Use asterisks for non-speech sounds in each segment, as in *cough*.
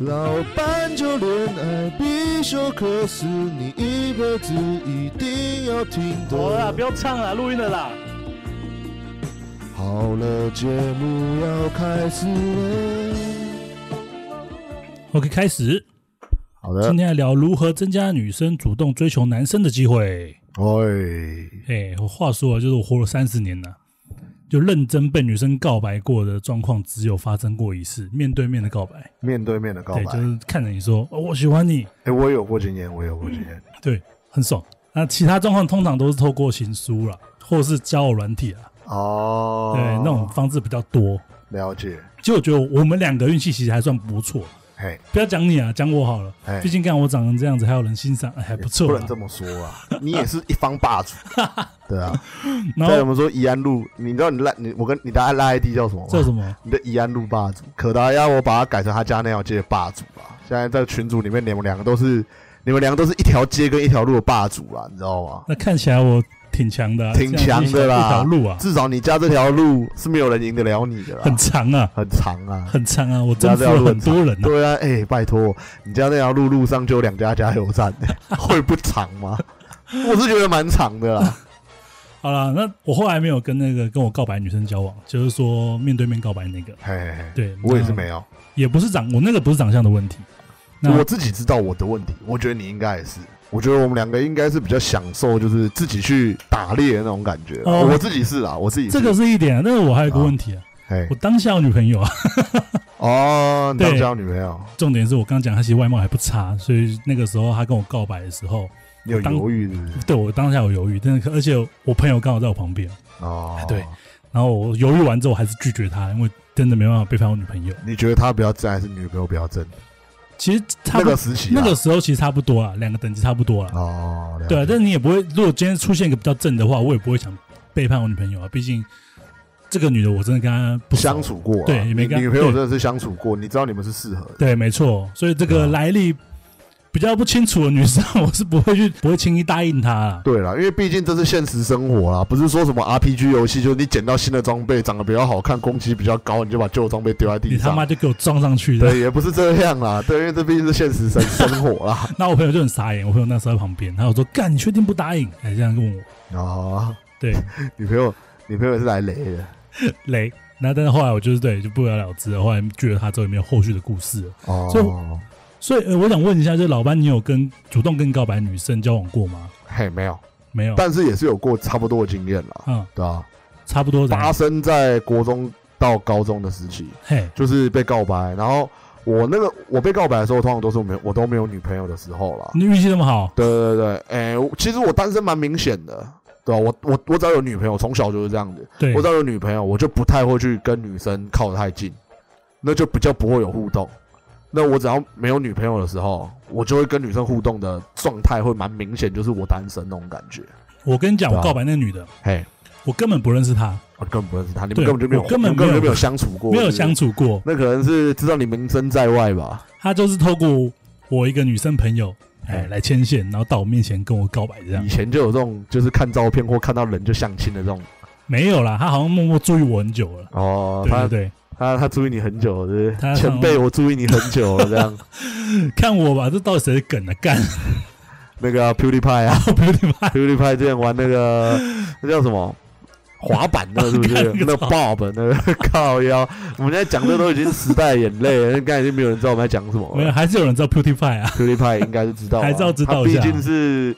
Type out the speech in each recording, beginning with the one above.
老板就恋爱必修课是你一辈子一定要听好了啦，的不。要唱了，录音了啦。好了，节目要开始了。 OK，开始。好今，天来聊如何增加女生主动追求男生的机会。哎，哎，我话说啊，就是我活了三十年了，就认真被女生告白过的状况只有发生过一次，面对面的告白。面对面的告对，就是看着你说、哦我喜欢你”，哎，我有过经验，我有过经验。对，很爽。那其他状况通常都是透过情书啦，或者是交友软体啦，哦对，那种方式比较多。了解，其实我觉得我们两个运气其实还算不错。嘿，不要讲你啊，讲我好了哎。毕竟看我长成这样子，还有人欣赏，哎还不错不啦能。这么说啊， *laughs* 你也是一方霸 *laughs* 主。对啊，然再后我们说宜安路，你知道你拉你我跟你的拉 ID 叫什么吗？叫什么？你的宜安路霸主，可达鸭，我把它改成他家那条街的霸主啦。现在在群组里面，你们两个都是，你们两个都是一条街跟一条路的霸主啊啦，你知道吗？那看起来我挺强的啊，挺强的啦这样一条路啊，至少你家这条路是没有人赢得了你的啦，很长啊，很长啊。很长啊，我征服了很多人啊。对啊，哎、拜托，你家那条路路上就有两家加油站、会不长吗？我是觉得蛮长的啦。好啦，那我后来没有跟那个跟我告白女生交往，就是说面对面告白那个，嘿嘿嘿，对我也是没有，也不是长，我那个不是长相的问题。那我自己知道我的问题，我觉得你应该也是。我觉得我们两个应该是比较享受，就是自己去打猎的那种感觉。哦我自己是啊，我自己是这个是一点啊，但是我还有一个问题啊，哎我当下有女朋友啊，哦，你当对交女朋友，重点是我刚刚讲她其实外貌还不差，所以那个时候她跟我告白的时候，你有当犹豫是不是？对我当下有犹豫，但是而且我朋友刚好在我旁边，哦， *laughs* 对，然后我犹豫完之后我还是拒绝她，因为真的没办法背叛我女朋友。你觉得他比较正还是女朋友比较正？其实差那不个时期啊，那个时候其实差不多啊，两个等级差不多啊。哦，了解对啊，但是你也不会，如果今天出现一个比较正的话，我也不会想背叛我女朋友啊。毕竟这个女的我真的跟她不熟相。处过啊，对也没你跟女朋友对真的是相处过，你知道你们是适合的。对，没错。所以这个来历比较不清楚的女生， *laughs* 我是不会去，不会轻易答应她啦。对啦，因为毕竟这是现实生活啊啦，不是说什么 RPG 游戏，就是你捡到新的装备，长得比较好看，攻击比较高，你就把旧的装备丢在你地他上妈。就给我撞上去的！ *laughs* 对，也不是这样啦， *laughs* 对，因为这毕竟是现实生生活啦。那我朋友就很傻眼，我朋友那时候在旁边，然后我说：“干，你确定不答应？”哎，这样问我， *laughs* 哦， *laughs* 对，女朋友，女朋友是来雷的。雷。那但是后来我就是对，就不了了之了。后来拒绝她之后，也没有后续的故事了。所以哦，所以、呃、我想问一下，就是老班，你有跟主动跟告白女生交往过吗？嘿，没有，没有，但是也是有过差不多的经验啦，嗯，对啊，差不多这发样。生在国中到高中的时期，嘿，就是被告白，然后我那个我被告白的时候，通常都是我没有我都没有女朋友的时候啦。你运气那么好，对对对，哎、我其实我单身蛮明显的，对吧、啊我我我只要有女朋友，从小就是这样子。对我只要有女朋友，我就不太会去跟女生靠得太近，那就比较不会有互动。那我只要没有女朋友的时候，我就会跟女生互动的状态会蛮明显，就是我单身那种感觉。我跟你讲，对啊我告白那个女的，嘿，我根本不认识她，我根本不认识他，哦你们对根本就没有，我根本你们根本没就没有有相处过，没有是不是相。处过，那可能是知道你名声在外吧？她就是透过我一个女生朋友，哎，嗯来牵线，然后到我面前跟我告白这样以。前就有这种，就是看照片或看到人就相亲的这种。没有啦，她好像默默注意我很久了。哦，他对对他他注意你很久了，是不他是前辈，我注意你很久了，*laughs* 这样对，看我吧，这到底谁的梗啊？干， *laughs* 那个啊 PewDiePie 啊我不有点怕。 ，PewDiePie 之前玩那个那叫什么滑板的，是不 *laughs* 看是那？个那操 Bob 那个 *laughs* 靠腰，我们现在讲的都已经是时代的眼泪了，刚才已经没有人知道我们在讲什么没有，了。还是有人知道 PewDiePie 啊？ PewDiePie 应该是知道吧，还是要知道他一毕下竟是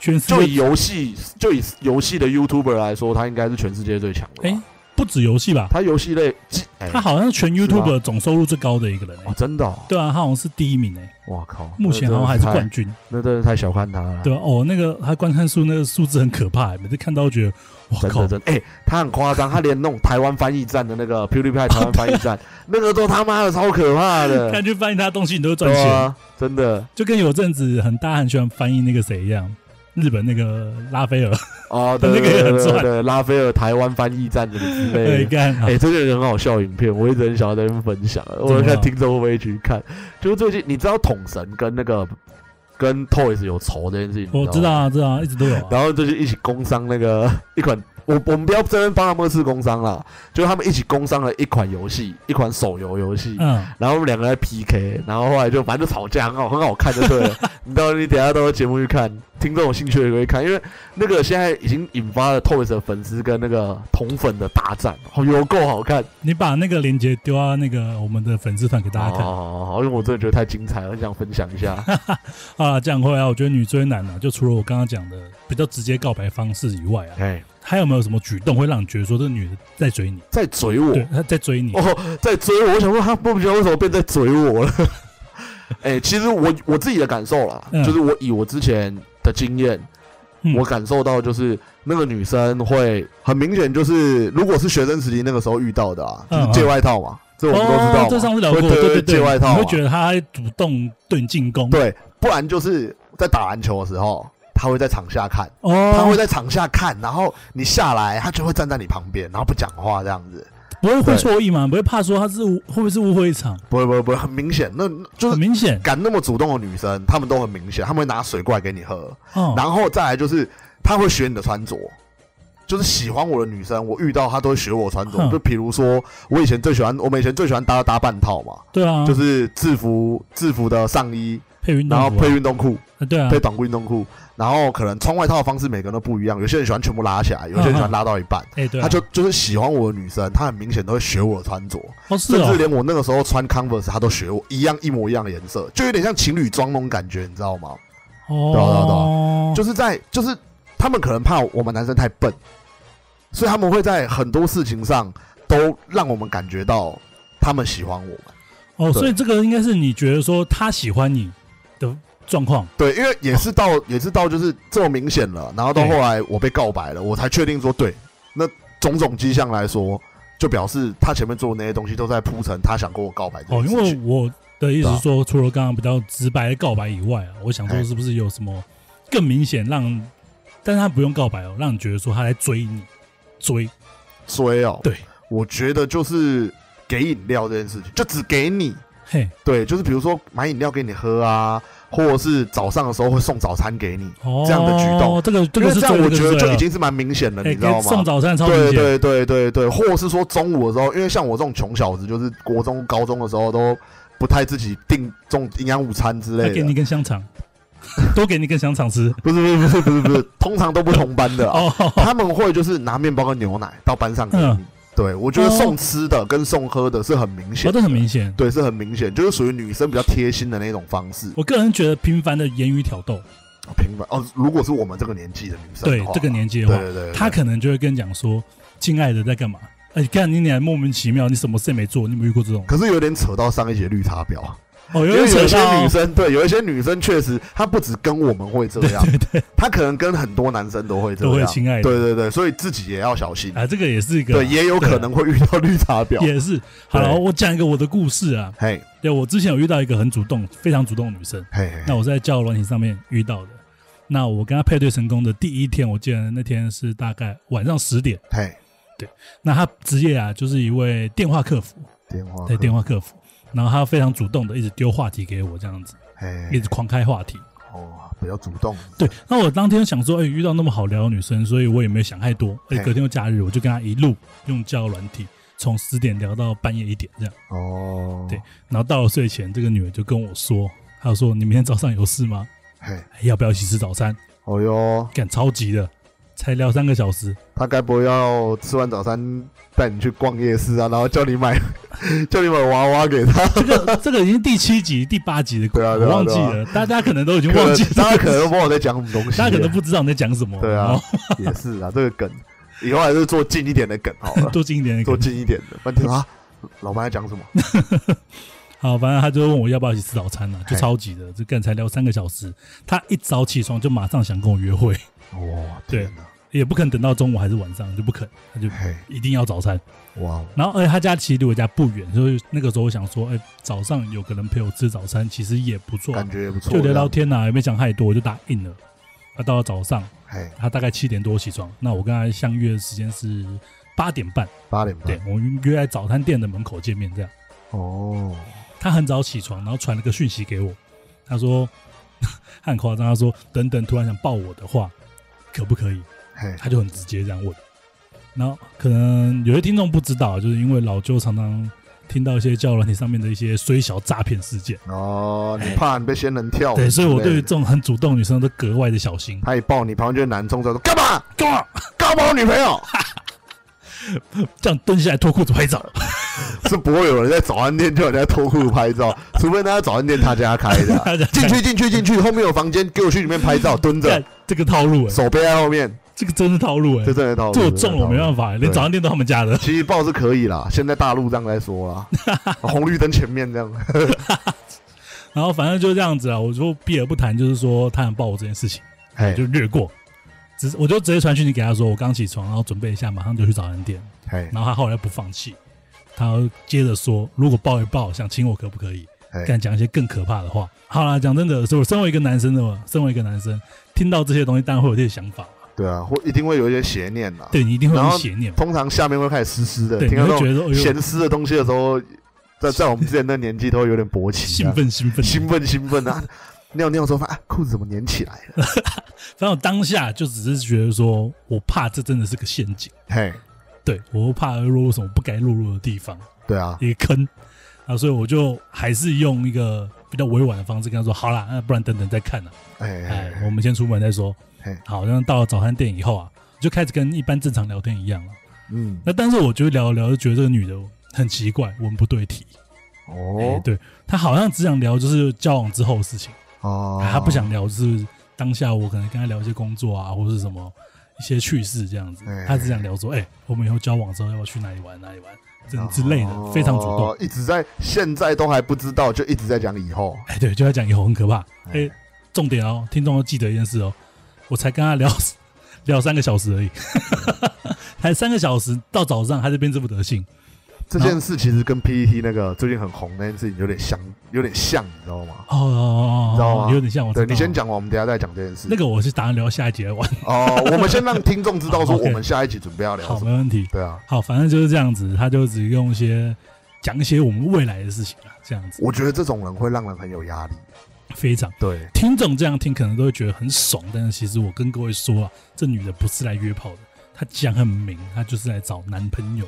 全世就界以游戏就以游戏的 YouTuber 来说，他应该是全世界最强的吧哎。不止游戏吧？他游戏类，哎她好像是全是吧 YouTube 总收入最高的一个人、哦欸。真的哦，对啊，她好像是第一名诶、哇靠，目前好像还是那真的冠太，军。那真的太小看他了。对啊哦，那个他观看数那个数字很可怕，欸每次看到都觉得，我真靠的，真的，哎、他很夸张，他连那种台湾翻译站的那个 PewDiePie 台湾翻译 *laughs* 哦站，那个都他妈的超可怕的看，去翻译他的东西，你都会赚对钱，啊，真的就跟有阵子很大家很喜欢翻译那个谁一样，日本那个拉斐尔，哦， *laughs* 那个对对也对很对赚对，拉斐尔台湾翻译站什么 *laughs* 之类的。干哎、这个也很好笑的影片，我一直很想要在那边分享，啊我怎么看了听众会不会去看。就是最近你知道统神跟那个跟 Toys 有仇这件事情，哦我你知吗道啊，知道啊，一直都有啊，然后就是一起工商那个 *laughs* 一款我我们不要这边帮他们二次工商啦，就是他们一起工商了一款游戏，一款手游游戏，嗯，然后我们两个在 PK，然后后来就反正就吵架，很好很好看就对了。你到你等一下到节目去看，听众有兴趣也可以看，因为那个现在已经引发了 Toys 的粉丝跟那个同粉的大战，哦，有够好看。你把那个链接丢到那个我们的粉丝团给大家看好好好好，哦因为我真的觉得太精彩了，很想分享一下。啊。这样会啊，我觉得女追男啊，就除了我刚刚讲的比较直接告白方式以外啊，哎，还有没有什么举动会让你觉得说这个女的在追你？在嘴我对，，她在追你。 *laughs* 啊哦，在追我，我想说他莫名其妙为什么变在追我了？ *laughs* 哎、其实我我自己的感受啦，嗯就是我以我之前的经验，嗯我感受到就是那个女生会很明显，就是如果是学生时期那个时候遇到的啊，就嗯是借外套嘛，这我们都知道嘛、哦，这上次聊过，会对对对，借外套你嘛会，觉得她主动对你进攻，，对，不然就是在打篮球的时候，他会在场下看，哦，他会在场下看，然后你下来，他就会站在你旁边，然后不讲话这样子。不会会错意吗？不会怕说她是误会不会是误会一场？不会不会不会，很明显，那就是很明显，敢那么主动的女生，她们都很明显，她们会拿水过来给你喝，哦，然后再来就是她会学你的穿着，就是喜欢我的女生，我遇到她都会学我穿着。哼就比如说，我以前最喜欢，我们以前最喜欢搭搭半套嘛，对啊，就是制服制服的上衣，配运动然服啊，后配运动裤，啊对啊，配短裤运动裤，然后可能穿外套的方式每个人都不一样，有些人喜欢全部拉起来，有些人喜欢拉到一半。哎对啊，她就就是喜欢我的女生，她很明显都会学我的穿着。哦是甚哦至，连我那个时候穿 Converse，他都学我一样一模一样的颜色，就有点像情侣装那种感觉，你知道吗？对啊对啊对哦，就是在就是他们可能怕我们男生太笨，所以他们会在很多事情上都让我们感觉到他们喜欢我们。哦，对所以这个应该是你觉得说他喜欢你的状况，对，因为也是到、也是到就是这么明显了，然后到对后来我被告白了，我才确定说对，那种种迹象来说，就表示他前面做的那些东西都在铺陈他想跟我告白这哦，件事因情。为我的意思对啊是说，除了刚刚比较直白的告白以外啊，我想说哎是不是有什么更明显让，但是他不用告白哦，让你觉得说他在追你，追追哦，对，我觉得就是给饮料这件事情，就只给你，嘿对，就是比如说买饮料给你喝啊，或者是早上的时候会送早餐给你，哦这样的举动，这个这因个为是这追样的，我这觉个是得就追已了经是蛮明显的，哎你知道给送吗？早餐超明对显，对对对对，或者是说中午的时候，因为像我这种穷小子，就是国中、高中的时候都不太自己订这种营养午餐之还类给你一的，根香肠， *laughs* 多给你一根香肠吃不是不是不是不是不是，通常都不同班的啊、哦，他们会就是拿面包跟牛奶到班上给你嗯。对，我觉得哦送吃的跟送喝的是很明显哦，的，这很明显。对，是很明显，就是属于女生比较贴心的那种方式。我个人觉得频繁的言语挑逗，平凡哦，如果是我们这个年纪的女生对的话，这个年纪的对话，对对，他可能就会跟你讲说：“亲爱的，在干嘛？”哎，看你俩莫名其妙，你什么事也没做，你有没有遇过这种？可是有点扯到上一节绿茶婊，啊哦， *laughs* 因有为点有扯一些到女生对，有一些女生确实，她不止跟我们会这样，她可能跟很多男生都会这都会样，亲爱的对对对，所以自己也要小心，啊，这个也是一个对，也有可能会遇到绿茶婊，也是。好了，对我讲一个我的故事啊。嘿对我之前有遇到一个很主动、非常主动的女生，嘿嘿，那我是在交友软体上面遇到的。那我跟她配对成功的第一天，我记得那天是大概晚上十点。嘿，那她职业啊，就是一位电话客服，电话对电话客服。然后她非常主动的一直丢话题给我，这样子一嘿，直狂开话题。哦，比较主动，对，那我当天想说，哎、遇到那么好聊的女生，所以我也没有想太多。哎、嘿隔天又假日，我就跟她一路用交友软体，从十点聊到半夜一点这样。哦，对，然后到了睡前，这个女人就跟我说，她说：“你明天早上有事吗？嘿，哎要不要一起吃早餐哦哟，？”干，超级的，才聊三个小时，他该不会要吃完早餐带你去逛夜市啊，然后叫你买 *laughs* 叫你买娃娃给他？这个这个已经第七集、第八集的，对啊对我啊忘记对啊了，大家可能都已经可忘能记这个，大家可能都不知道我在讲什么东西，大家可能不哦知道你在讲什么。*laughs* 对啊，也是啊，这个梗以后还是做近一点的梗好然后了，多近一点的做梗。近一点的。半天啊，老班在讲什么？好，反正他就问我要不要一起吃早餐呢、啊就嘿超级的，就干才聊三个小时。他一早起床就马上想跟我约会，哇，对天哪，也不肯等到中午还是晚上，就不肯，他就嘿，一定要早餐。哇，然后，而且哎他家其实离我家不远，所以那个时候我想说，哎，早上有个人陪我吃早餐，其实也不错，啊感觉也不错，就聊聊，天啊呐、也没想太多，我就答应了。那到了早上，嘿，他大概七点多起床，那我跟他相约的时间是八点半，八点对半，我们约在早餐店的门口见面这样。哦，他很早起床，然后传了个讯息给我，他说 *laughs* 他很夸张，他说等等，突然想抱我的话，可不可以？嘿，他就很直接这样问。然后可能有些听众不知道，就是因为老舅常常听到一些交友软体上面的一些虽小诈骗事件，哦，你哎怕你被仙人跳？对，所以我对于这种很主动的女生都格外的小心。他一抱你，旁边就是男冲出来说：“干嘛？干嘛干嘛抱我女朋友？”这样蹲下来脱裤子拍照？是不会有人在早餐店叫人家脱裤拍照，除非那家早餐店他家开的 *laughs* 啊、他家 *laughs* 进去进去进去，后面有房间，给我去里面拍照，蹲着干，这个套路哎、手背在后面，这个真是套路哎、这真的套路。这我中了我没办法。法、连早餐店都他们家的。 *laughs* 其实抱是可以啦，现在大陆这样来说啦，红绿灯前面这样。哎然后反正就这样子啊，我就避而不谈，就是说他想抱我这件事情，我哎就略过。只是我就直接传讯息给他说，我刚起床，然后准备一下，马上就去早餐店。哎然后他后来不放弃，他接着说，如果抱一抱，想亲我可不可以？哎，敢讲一些更可怕的话。好啦，讲真的，是我身为一个男生的嘛，身为一个男生，听到这些东西，当然会有这些想法，对啊，会一定会有一些邪念啦。对你一定会然后啊有邪念嘛，通常下面会开始湿湿的，对，你听到会那觉种得说，哎呦，咸湿的东西的时候， *laughs* 在在我们之前那年纪都会有点勃起兴啊，奋兴奋。兴奋兴奋啊！ *laughs* 尿尿的时候发现啊，裤子怎么粘起来了？反正我当下就只是觉得说，我怕这真的是个陷阱，嘿，对我又怕落入什么不该落入的地方，对啊，一个坑。啊，所以我就还是用一个比较委婉的方式跟他说，好啦，那不然等等再看啊。哎哎，，我们先出门再说嘿。好，然后到了早餐店以后啊，就开始跟一般正常聊天一样了。嗯，那但是我就聊一聊，就觉得这个女的很奇怪，文不对题。哎哦，对她好像只想聊就是交往之后的事情，哦，她啊不想聊就是当下我可能跟她聊一些工作啊，或是什么一些趣事这样子哎。她只想聊说，哎，我们以后交往之后要不要去哪里玩哪里玩，这之类的，哦非常主动。一直在现在都还不知道，就一直在讲以后。哎，对，就要讲以后很可怕。哎哎，重点哦，听众要记得一件事哦，我才跟她聊 *laughs* 聊三个小时而已， *laughs* 才三个小时到早上，她就变这副德性。这件事其实嗯跟 PPT 那个最近很红那件事情有点像，有点像，你知道吗？哦哦哦，知道哦吗有点像我知道。对你先讲完，我们等一下再讲这件事那。个我是打算聊下一节玩，哦，我们先让听众知道说 *laughs* 哦 OK 我们下一集准备要聊好，什没么。问题。对啊，好，反正就是这样子，他就只用一些讲一些我们未来的事情啊，这样子我觉得这种人会让人很有压力。非常对，听众这样听可能都会觉得很爽，但是其实我跟各位说啊，这女的不是来约炮的，她讲很明，她就是来找男朋友，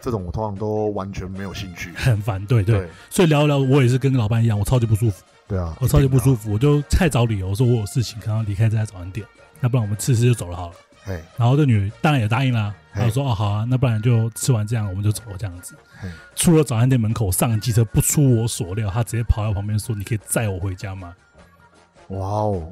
这种我通常都完全没有兴趣。很烦，对对。对所以聊一聊，我也是跟老班一样，我超级不舒服，对啊，我超级不舒服。服，我就太找理由说我有事情，刚刚离开这家早餐店，那不然我们吃吃就走了好了。哎，然后这女的当然也答应啦，嘿她就说哦好啊，那不然就吃完这样我们就走这样子嘿。出了早餐店门口，上了机车，不出我所料，她直接跑到旁边说：“你可以载我回家吗哇哦，？”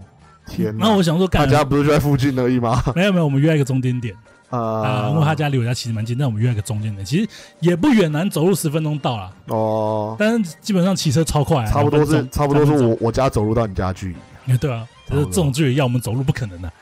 天然后哪！我想说，大干家不是就在附近而已吗？ *laughs* 呃没有没有，我们约一个中间点啊，因为她家离我家其实蛮近，但我们约一个中间点，其实也不远，啊难走路十分钟到了。哦，但是基本上骑车超快啊，差不多两是分钟差不多是两分我我家走路到你家距离。钟对啊，就是这种距离要我们走路不可能的、啊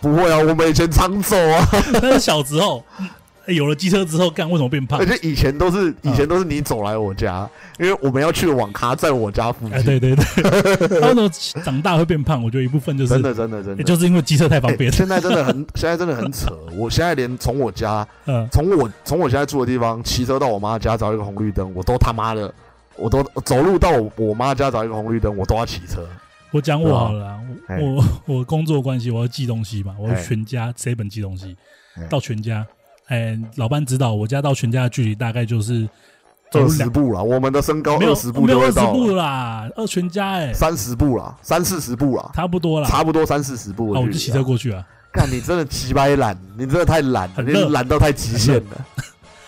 不会啊，我们以前常走 *laughs* 啊，但是小时 *laughs* 候嗯有了机车之后，干为什么 *laughs* 变胖而？且以前都啊是以前都是你走来我家，因为我们要去的网咖在我家附哎，近。对对对， *laughs* 他为什么长大会变胖？我觉得一部分就是真的真的真也的。就是因为机车太方便 *laughs* 哎。现在真的很，现在真的很扯。我现在连从我家，嗯，从我从我现在住的地方骑车到我妈家找一个红绿灯，我都他妈的，我都走路到我我妈家找一个红绿灯，我都要骑车。我讲我好了啦，哎我我我工作关系，我要寄东西嘛，我哎全家 s e v 寄东西哎到全家。哎，老班指导我家到全家的距离大概就是哎二两十步了，我们的身高没有二十步没就有二会十到了，步啦，二全家哎，三十步了，三四十步了，差不多啦。差不多三四十步的啊，我距就离骑啊车过去啊。干，你真的鸡掰懒，你真的太懒了，很你热懒到太极限了。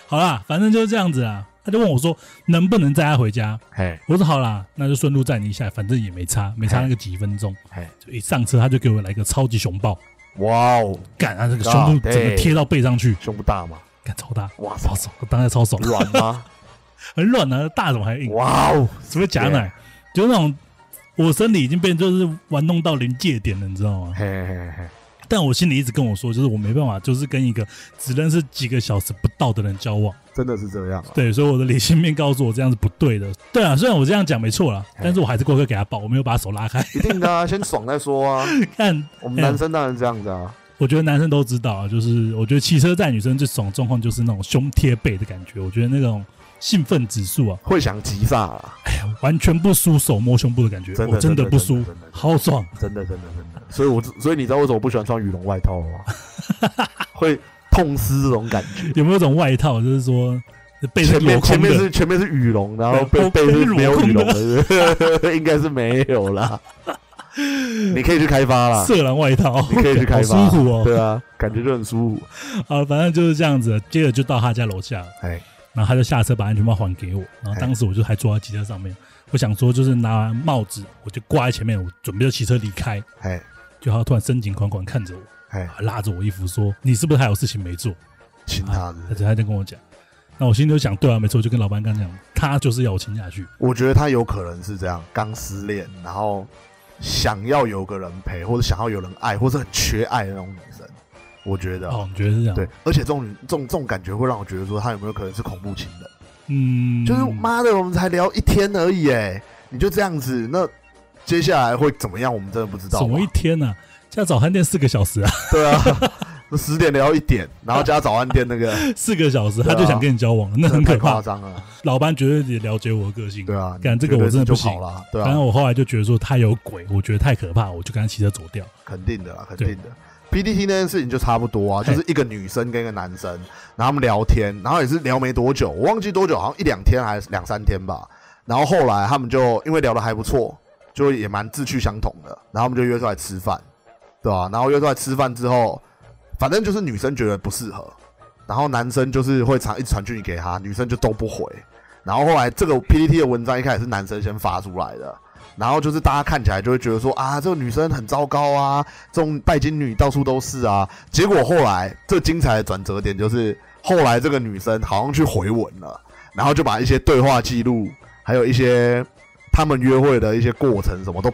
好啦，反正就是这样子啦。他就问我说能不能载他回家，嘿，我说好啦，那就顺路载你一下，反正也没差，没差那个几分钟哎。就一上车他就给我来个超级熊抱，哇哦，干啊，这个胸部整个贴到背上去，胸部大吗？干超大，哇超操，爽，当然超爽，软吗？很软啊，大怎么还硬？ *laughs* 哇哦，除非假奶，就是那种我身体已经被就是玩弄到临界点了，你知道吗？嘿嘿嘿，但我心里一直跟我说，就是我没办法，就是跟一个只认识几个小时不到的人交往。真的是这样啊。对，所以我的理性面告诉我这样是不对的。对啊，虽然我这样讲没错啦，哎但是我还是过去给他抱，我没有把他手拉开。 *laughs* 一定的啊，先爽再说 *laughs* 啊。但我们男生当然是这样子啊。我觉得男生都知道啊，就是我觉得骑车载女生最爽的状况就是那种胸贴背的感觉，我觉得那种兴奋指数啊，会想急啊煞啦，完全不输手摸胸部的感觉，真我的真的不输，真的好爽。 *laughs* *laughs* 真的真的真的真的。所以我所以你知道为什么我不喜欢穿羽绒外套吗？会痛失这种感觉。有没有一种外套，就是说背是前镂面前空面的？是前面是羽绒，然后对背背背是是没有镂空羽的绒的， *laughs* 应该是没有 *laughs* 啦。你可以去开发啦，色狼外套，*laughs* 啊你可以去开好舒发，服哦。对啊，感觉就很舒服。啊，反正就是这样子。接着就到他家楼下了，哎，然后他就下车把安全帽还给我，然后当时我就还坐在机车上面，我想说就是拿完帽子我就挂在前面，我准备要骑车离开，哎，就他突然深情款款看着我，哎，啊拉着我衣服说：“你是不是还有事情没做亲？”他啊的，，而且他在跟我讲。那我心里就想，对啊，没错，我就跟老板刚讲，他就是要我亲下去。我觉得他有可能是这样，刚失恋，然后想要有个人陪，或者想要有人爱，或者很缺爱的那种女生。我觉得啊，哦，你觉得是这样？对，，而且这种女这种这种感觉会让我觉得说，他有没有可能是恐怖情人？嗯，就是妈的，我们才聊一天而已，哎，你就这样子，那接下来会怎么样？我们真的不知道什嘛。么一天呢、啊？像早餐店四个小时啊，对啊， *laughs* 那十点聊一点，然后加早饭店那 *laughs* 个，四个小时对啊他就想跟你交往了，那真很的太可夸怕。张了。老班绝对也了解我的个性。对啊，干这个绝对我真的就不行跑了啊，对反啊正，我后来就觉得说他有鬼，我觉得太可怕，我就跟他骑车走掉。肯定的啦，肯定对的。PDT 那件事情就差不多啊，就嘿是一个女生跟一个男生，然后他们聊天，然后也是聊没多久，我忘记多久，好像一两天还是两三天吧。然后后来他们就因为聊得还不错，就也蛮志趣相同的，然后他们就约出来吃饭，对吧、然后约出来吃饭之后，反正就是女生觉得不适合，然后男生就是会传一直传讯息给他，女生就都不回。然后后来这个 PPT 的文章一开始是男生先发出来的，然后就是大家看起来就会觉得说啊，这个女生很糟糕啊，这种拜金女到处都是啊。结果后来最精彩的转折点就是后来这个女生好像去回文了，然后就把一些对话记录，还有一些他们约会的一些过程什么都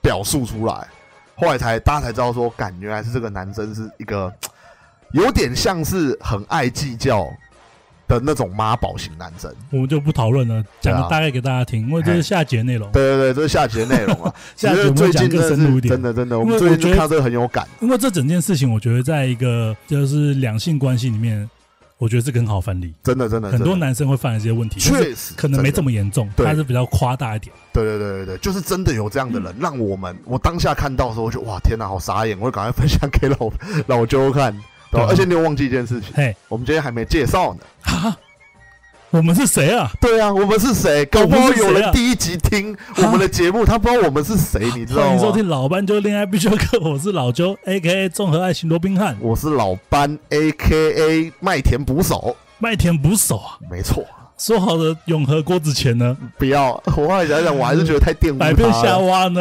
表述出来。后来才大家才知道说，感原来是这个男生是一个有点像是很爱计较的那种妈宝型男生。我们就不讨论了，讲对啊个大概给大家听，因为这是下节内容。对对对，这是下集的内容了。下集只是我最们讲近更真的深入是一点真。的真的，我因们为最我近就觉得看到这个很有感。因为这整件事情，我觉得在一个就是两性关系里面，我觉得这个很好翻例。真的真的，很多真的男生会犯的这些问题，但是确实可能没这么么严重，对他是比较夸大一点。对对对对对，就是真的有这样的嗯人，让我们我当下看到的时候，我就哇天哪，好傻眼，我就赶快分享给老老周看。对吧对啊哎而且你有忘记一件事情，嘿，我们今天还没介绍呢。哈，我们是谁啊？对啊，我们是谁？搞不我好们是谁啊有人第一集听我们的节目，他不知道我们是谁，你知道欢迎收吗？听老班就恋爱必修课，我是老周，A K A 综合爱情罗宾汉，我是老班 A K A 麦田捕手，麦田捕手啊。没错。说好的永和郭子乾呢？不要，我后来想想，我还是觉得太玷污百他变夏了。娃呢？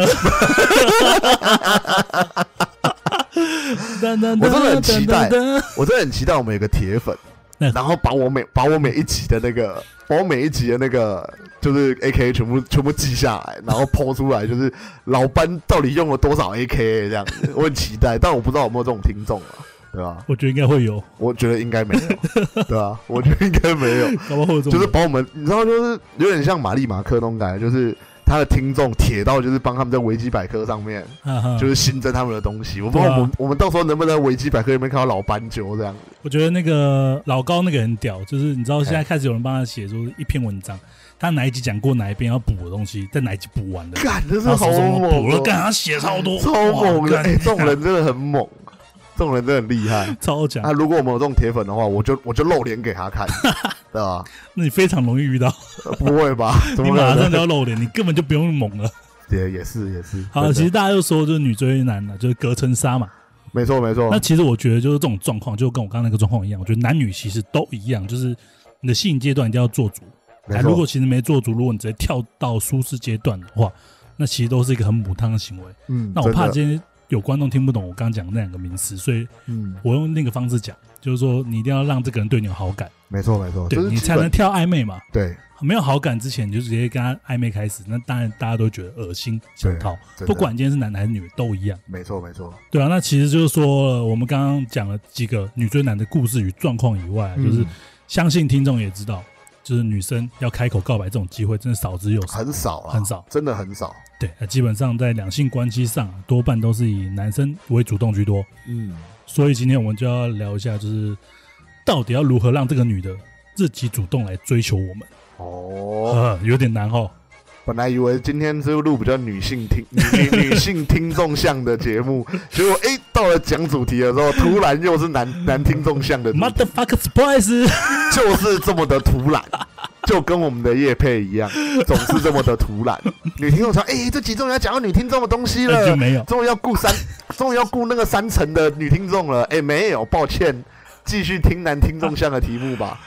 我真 *laughs* 我真的很期待 *laughs* 我真的很期待我们有个铁粉，嗯然后把我每把我每一集的那个，把我每一集的那个，就是 A K 全部全部记下来，然后抛出来，就是老班到底用了多少 A K 这样子，我很期待，但我不知道有没有这种听众啊，对吧、 *laughs* 我觉得应该会有，我觉得应该没有，对啊，我觉得应该没有，搞不好会有这种就是把我们，你知道，就是有点像玛丽马克那种感觉，就是他的听众铁到就是帮他们在维基百科上面哈哈就是新增他们的东西，我不知道我们、我们到时候能不能在维基百科里面看到老斑鸠这样子，我觉得那个老高那个很屌，就是你知道现在开始有人帮他写出一篇文章，他哪一集讲过哪一篇要补的东西，在哪一集补完的， *laughs* 干，真是然好后什么补猛、了，干哦，他写超多，超哇猛的，干哎、这种人真的很猛，这种人真的很厉 *laughs* 害。超强那、，如果我们有这种铁粉的话，我就我就露脸给 *laughs* 他看，对吧？那你非常容易遇到，呃不会吧？怎 *laughs* 你么马可上就能？要露脸，你根本就不用猛了。也也是也是，好，真的其实大家就说就是女追男了，就是隔层纱嘛。没错没错那，其实我觉得就是这种状况，就跟我刚刚那个状况一样，我觉得男女其实都一样，就是你的吸引阶段一定要做足。没啊错如果其实没做足，如果你直接跳到舒适阶段的话，那其实都是一个很母汤的行为。嗯，那我真怕的今天有观众听不懂我刚刚讲的那两个名词，所以嗯，我用另一个方式讲，就是说你一定要让这个人对你有好感，没错没错，对哦就是你基才本能跳暧昧嘛。对，没有好感之前，你就直接跟他暧昧开始，那当然大家都觉得恶心想对逃，真不的管今天是男的还是女的都一样。没错没错，对啊，那其实就是说，呃我们刚刚讲了几个女追男的故事与状况以外，啊就是嗯相信听众也知道，就是女生要开口告白这种机会真的少之又少。很少啦，很少真的很少，对，那基本上在两性关系上，多半都是以男生为主动居多。嗯，所以今天我们就要聊一下，就是到底要如何让这个女的自己主动来追求我们。啊哦，呃，有点难哦。本来以为今天这录比较女性听 *laughs* 女女女性听众向的节目， *laughs* 结果哎、到了讲主题的时候，突然又是男男听众向的主题， Motherfucker surprise！就是这么的突然，就跟我们的叶配一样，总是这么的突 *laughs* 然。女听众说：“哎、这集终于要讲到女听众的东西那哎就了，没有。终于要顾三，终于要顾那个三层的女听众了。哎、没有，抱歉，继续听男听众向的题 *laughs* 目吧，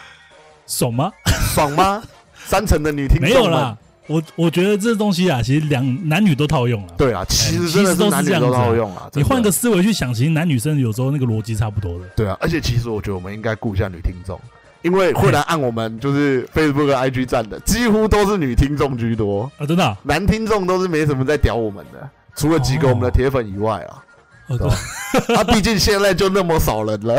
爽吗？爽吗？三层的女听众没有们啦，我我觉得这东西啊，其实两男女都套用了。对啊，其实真哎的是男女都套用啊。你换真个的思维去想，其实男女生有时候那个逻辑差不多的。对啊，而且其实我觉得我们应该顾一下女听众，因为会来按我们就是 Facebook 跟 IG 站的，几乎都是女听众居多，啊，真的啊，男听众都是没什么在屌我们的，除了几个哦我们的铁粉以外啊。哦对吧他毕竟现在就那么少 *laughs* 人了，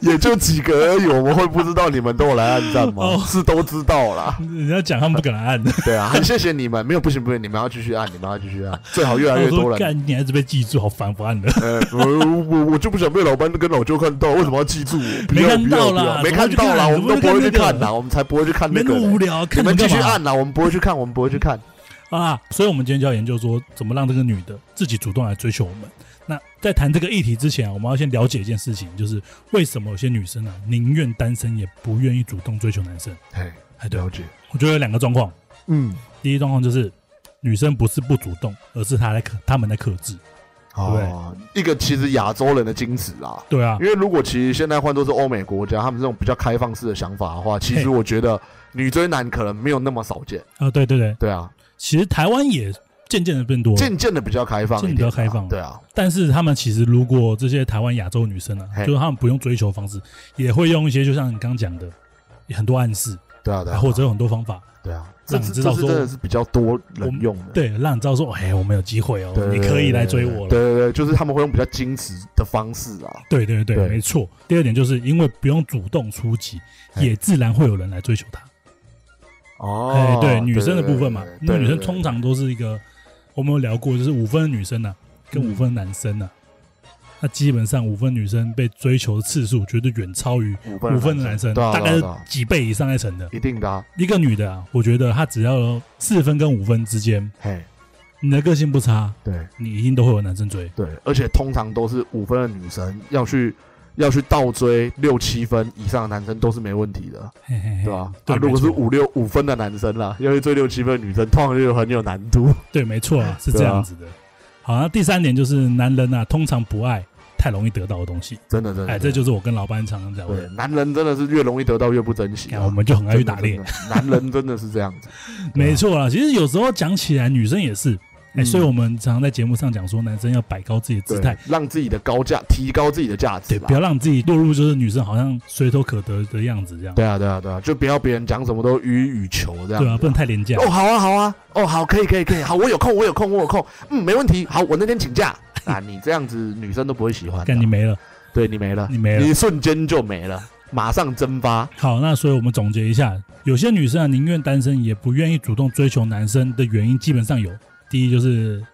也就几个而已，我们会不知道你们都有来按赞吗哦？是都知道啦，人家讲他们不敢 *laughs* 按，对啊，很谢谢你们，没有不行不行，你们要继续按，你们要继续按，最好越来越我多说人。干，你还是被记住，好烦，不按了。呃，我我我就不想被老班跟老舅看到，为什么要记住我？不没要看到不要不要啦没怎么看会去到啦，看我们都不会去怎看么会去看那啦，我们才不会去看没那那个么无嘞。聊，你看们继续干嘛按啦，我们不会去看，我们不会去 *laughs* 看。啊！所以，我们今天就要研究说，怎么让这个女的自己主动来追求我们。那在谈这个议题之前啊，我们要先了解一件事情，就是为什么有些女生啊，宁愿单身也不愿意主动追求男生？哎，哎，对，了解。我觉得有两个状况。嗯，第一状况就是女生不是不主动，而是她在克，她们在克制。哦，一个其实亚洲人的精子啊，对啊因，为如果其实现在换作是欧美国家，他们这种比较开放式的想法的话，其实嘿我觉得女追男可能没有那么少见。啊，对对对，对啊，其实台湾也渐渐的变多了，渐渐的比较开放一渐点啊，渐比较开放对啊，但是她们其实如果这些台湾亚洲女生啊，嘿就是她们不用追求方式，也会用一些就像你刚讲的很多暗示，对啊，对啊啊，或者有很多方法，对啊，这让你是知这道是真说的是比较多我人们用的。对，让你知道说，哎，我们有机会哦，对你可以来追我了。对对对，就是他们会用比较矜持的方式啊。对对对，对没错。第二点就是因为不用主动出击，嘿也自然会有人来追求她。哦，哎，对女生的部分嘛，因对为女生通常都是一个，我们有聊过，就是五分的女生呢、跟嗯五分的男生呢、那基本上五分女生被追求的次数绝对远超于五分五分的男生，对啊大概对啊是对啊几倍以上在成的。一定的啊，一个女的啊，我觉得她只要四分跟五分之间，嘿，你的个性不差，对你一定都会有男生追。对，而且通常都是五分的女生要去要去倒追六七分以上的男生都是没问题的，嘿嘿嘿，对啊吧？哎对那如果是没错五六五分的男生啦，要去追六七分的女生，通常就很有难度。 *laughs* 对，没错啊，是这样子的。好，那第三点就是男人啊，通常不爱太容易得到的东西。真的真的，哎，这就是我跟老班常常聊对的，男人真的是越容易得到越不珍惜看啊。哦我们就很爱去打猎真。的，真的男人真的是这样子。没错啦，其实有时候讲起来，女生也是，哎、啊嗯所以我们常常在节目上讲说，男生要摆高自己 *laughs* 的姿对态，，让自己的高价提高自己的价值对，啦不。要让自己落入就是女生好像随手可得的样子这样，对啊，对啊，对啊，就不要别人讲什么都予以求这样对子啊，啊。不能太廉价。哦，好啊，好啊，哦，好，可以，可以，可以，好，我有空，我有空，我有空，嗯，没问题，好，我那天 *laughs* 请假啊，你这样子女生都不会喜欢的，干你没了，对你没了，你没了你瞬间就没了，马上蒸发，好，那所以我们总结一下，有些女生啊宁愿单身也不愿意主动追求男生的原因，基本上有第一就是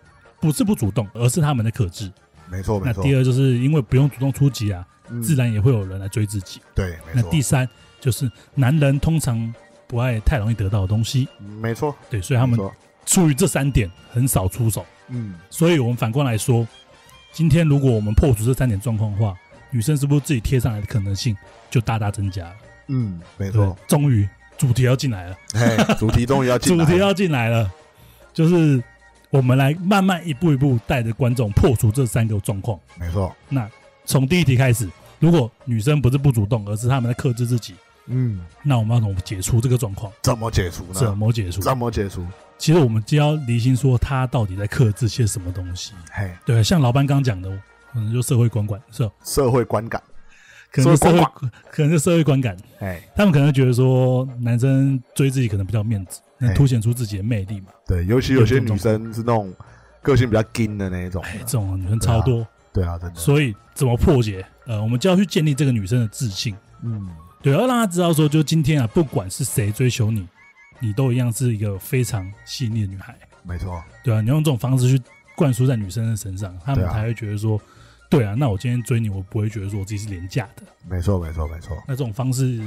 不是不主动，而是他们的克制；没错那第二就是因为不用主动出击啊，嗯自然也会有人来追自己；对，那第三就是男人通常不爱太容易得到的东西，没错，对，所以他们没错出于这三点很少出手，嗯，所以我们反过来说，今天如果我们破除这三点状况的话，女生是不是自己贴上来的可能性就大大增加了？嗯，没对不对，终于主题要进来了，嘿，主题终于要主题要进来了，就是我们来慢慢一步一步带着观众破除这三个状况。没错，那从第一题开始，如果女生不是不主动，而是她们在克制自己，嗯，那我们要怎么解除这个状况？怎么解除怎？么解除？么解除？其实我们就要厘清说她到底在克制些什么东西。嘿，对，像老班刚讲的，可能就社会观感是吧，社会观感，可能是社社会会，可能是社会观感，哎，他们可能觉得说男生追自己可能比较有面子，能哎凸显出自己的魅力嘛。对，尤其有些有这种女生是那种个性比较硬的那一种的，哎，这种女生超多，对啊，真的，所以怎么破解？呃，我们就要去建立这个女生的自信，嗯，对，要让她知道说，就今天啊，不管是谁追求你，你都一样是一个非常细腻的女孩，没错，对啊，你用这种方式去灌输在女生的身上，她们对啊才会觉得说，对啊，那我今天追你，我不会觉得说我自己是廉价的。没错，没错，没错，那这种方式，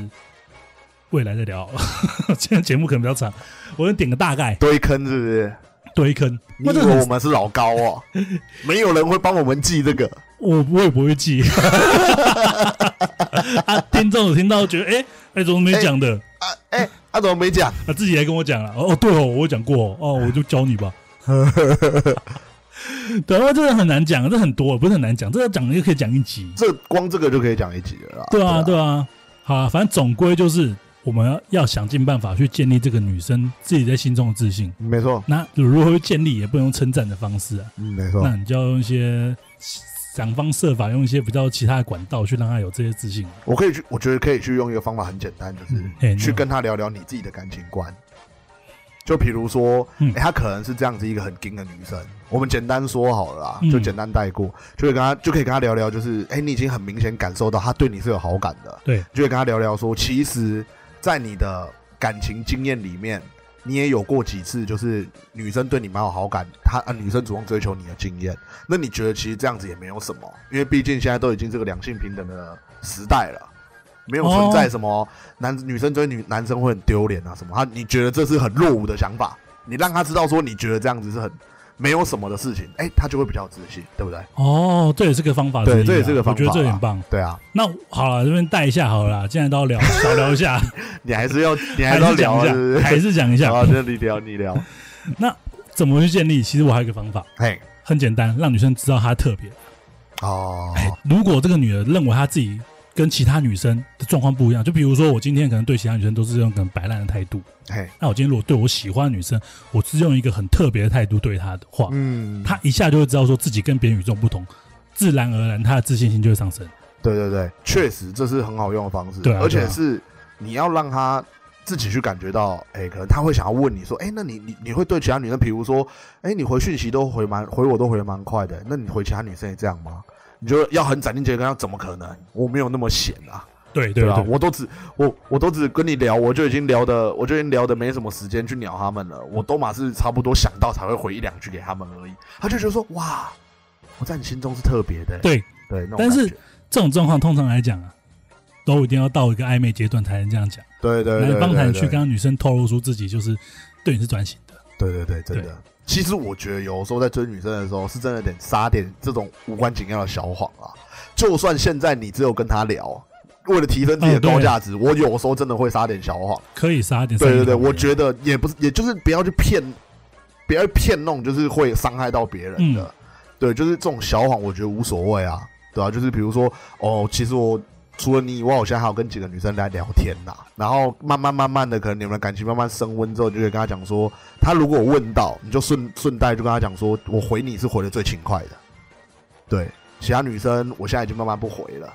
未来再聊好了。 *laughs* 现在节目可能比较长，我先点个大概，堆坑是不是？堆坑。你那以这个为很我们是老高 *laughs* 哦？没有人会帮我们记这个。啊我我也不会记。 *laughs* 啊，听众有听到觉得，哎、哎、怎么没讲的？啊，哎、阿、怎么没讲？啊，自己来跟我讲了。哦，对哦，我有讲过哦，哦我就教你吧。 *laughs* 对，啊，这个很难讲，这很多，不是很难讲，这个讲又可以讲一集。这光这个就可以讲一集了啦。对啊，对啊，好啊，反正总归就是我们要要想尽办法去建立这个女生自己在心中的自信。没错，那如何去建立，也不能用称赞的方式啊，嗯，没错那，你就要用一些想方设法，用一些比较其他的管道去让她有这些自信。我可以去，我觉得可以去用一个方法，很简单，就是嗯，嘿去跟他聊聊你自己的感情观。就比如说，嗯哎，她可能是这样子一个很硬的女生，我们简单说好了啦，嗯就简单带过，就会跟她就可以跟她聊聊，就是哎，你已经很明显感受到她对你是有好感的，对，就会跟她聊聊说，其实，在你的感情经验里面，你也有过几次就是女生对你蛮有好感，她啊女生主动追求你的经验，那你觉得其实这样子也没有什么，因为毕竟现在都已经这个两性平等的时代了。没有存在什哦么男、女生追女男生会很丢脸啊什么？他你觉得这是很落伍的想法，你让他知道说你觉得这样子是很没有什么的事情，哎、他就会比较有自信，对不对？哦，这也是个方法之一啊、对这也是个方法我觉得这啊很棒。对啊，那好了，这边带一下好了啦，现在都要聊，少聊一 *laughs* 下，你还是要你还还是要是讲聊啊一是不下，是？还是讲一下好，这你聊你聊，怎么去建立。其实我还有一个方法，嘿，很简单，让女生知道她特别。哦，哎，如果这个女的认为她自己跟其他女生的状况不一样，就比如说我今天可能对其他女生都是用可能摆烂的态度，嘿，那我今天如果对我喜欢的女生，我是用一个很特别的态度对她的话，嗯，她一下就会知道说自己跟别人与众不同，自然而然她的自信心就会上升。对对对，确实这是很好用的方式，对啊而且对啊是你要让他自己去感觉到，哎、可能他会想要问你说，哎、那你你你会对其他女生，比如说，哎、你回讯息都回蛮回我都回得蛮快的，那你回其他女生也这样吗？你就要很斩钉截铁地跟他，怎么可能？我没有那么闲啊，对对啊，对，我都只我我都只跟你聊，我就已经聊的，我就已经聊的没什么时间去鸟他们了，我都嘛是差不多想到才会回一两句给他们而已。他就觉得说，哇，我在你心中是特别的、对对，那种但是感觉这种状况通常来讲啊，都一定要到一个暧昧阶段才能这样讲。对对对男方才能对去对跟他女生透露出自己就是对你是专心的。对对对，真对的。其实我觉得有时候在追女生的时候，是真的得撒点这种无关紧要的小谎啊。就算现在你只有跟她聊，为了提升自己的嗯对高价值，我有时候真的会撒点小谎。可以撒一点善对意对对，谎言我觉得也不是，也就是不要去骗，不要去骗那种就是会伤害到别人的。嗯对，就是这种小谎，我觉得无所谓啊，对啊，就是比如说，哦，其实我除了你以外，我现在还有跟几个女生来聊天呐、然后慢慢慢慢的，可能你们的感情慢慢升温之后，你就可以跟她讲说，她如果有问到，你就顺顺带就跟她讲说，我回你是回的最勤快的。对，其他女生我现在已经慢慢不回了，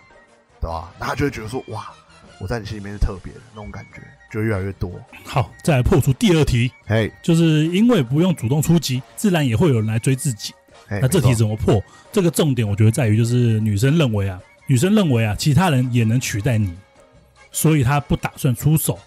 对吧？那她就会觉得说，哇，我在你心里面是特别的那种感觉，就会越来越多。好，再来破除第二题，嘿，就是因为不用主动出击，自然也会有人来追自己。那那这题怎么破？这个重点我觉得在于就是女生认为啊，女生认为啊，其他人也能取代你，所以她不打算出手